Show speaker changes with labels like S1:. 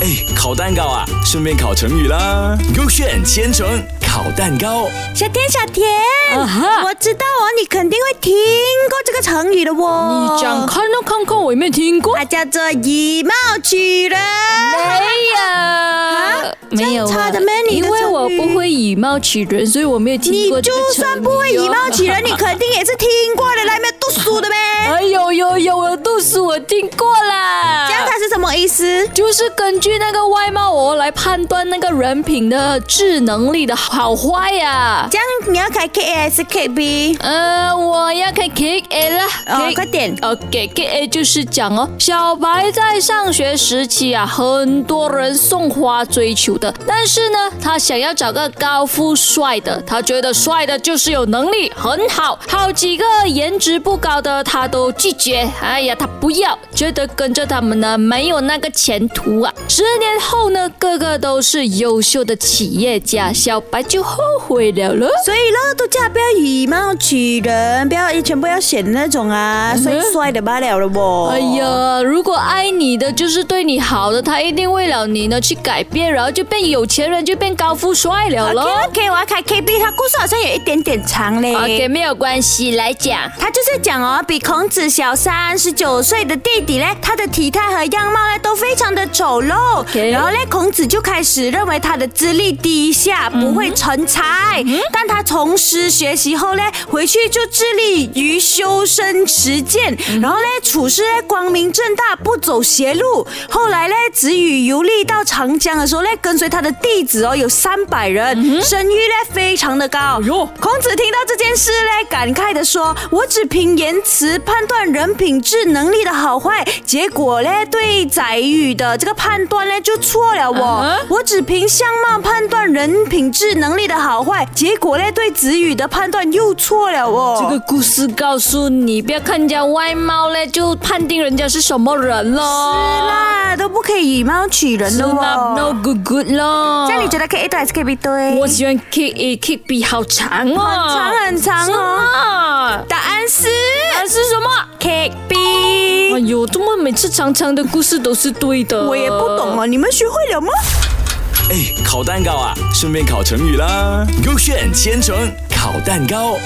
S1: 哎，烤蛋糕啊，顺便烤成语啦。勾选千层烤蛋糕，
S2: 小天，小田
S3: 啊哈
S2: 我知道哦，你肯定会听过这个成语的哦。
S3: 你讲看都看看，我也没听过。
S2: 它叫做以貌取人。
S3: 没有，没有
S2: 这
S3: 啊
S2: 样差的咩你的
S3: 因为我
S2: 成语
S3: 不会以貌取人，所以我没有听
S2: 你
S3: 过这
S2: 就
S3: 个成语哦
S2: 算不会以貌取人，你肯定也是听过的啦，没有读书的呗。
S3: 哎呦呦呦，我肚子我听过啦。
S2: 这样它是什么意思？
S3: 就是根据那个外貌哦来判断那个人品的智能力的好坏呀、
S2: 这样你要开 K A 还是 K B？
S3: 呃，我要看 K A 了，
S2: 哦
S3: K- 啊
S2: 快点
S3: ，OK K A 就是讲哦，小白在上学时期啊，很多人送花追求的，但是呢，他想要找个高富帅的，他觉得帅的就是有能力，很好，好几个颜值不高的他都拒绝，哎呀，他不要，觉得跟着他们呢没有那个前途啊。十年后呢，个个都是优秀的企业家，小白就后悔了了。
S2: 所以呢，都叫他不要以貌取人，不要全部要选那种啊，帅帅的罢了了哦。
S3: 嗯哎，呀，如果爱你的就是对你好的，他一定为了你呢去改变，然后就变有钱人，就变高富帅了
S2: OK
S3: 咯。
S2: OK，我要开 K B，它故事好像有一点点长嘞。
S3: OK，没有关系，来讲。
S2: 他就是讲哦，比孔子小三十九岁的弟弟嘞，他的体态和样貌呢都非常的丑陋。
S3: OK
S2: 然后嘞，孔子就开始认为他的资历低下，不会成才。但他从师学习后嘞，回去就致力于修身实践，然后嘞处事嘞光明正大，不走邪路。后来嘞，子羽游历到长江的时候嘞，跟随他的弟子哦有三百人，声誉嘞非常的高。
S3: 哟
S2: 孔子听到这件事嘞，感慨地说：“我只凭言辞判断人品质能力的好坏，结果嘞，对宰予的这个判断嘞就错了我。
S3: 嗯哼
S2: 我只凭相貌判断人品质能力的好坏，结果嘞，对子羽的判断又错了哦我。
S3: 这个故事告诉你，不要看人家外貌嘞，就判定人家是什么人咯。
S2: 是啦，都不可以以貌取人
S3: 是
S2: 的
S3: 啦，no
S2: 哦。
S3: good good 咯。
S2: 这样你觉得 K A 对还是 K B 对？
S3: 我喜欢 K A K B 好长哦，
S2: 很长很长哦。
S3: 啊，
S2: 答案是
S3: 那是什么？
S2: K
S3: 哎
S2: B。
S3: 呦，怎么每次长长的故事都是对的？
S2: 我也不懂哦，你们学会了吗？
S1: 哎，烤蛋糕啊，顺便烤成语啦。勾选千层烤蛋糕。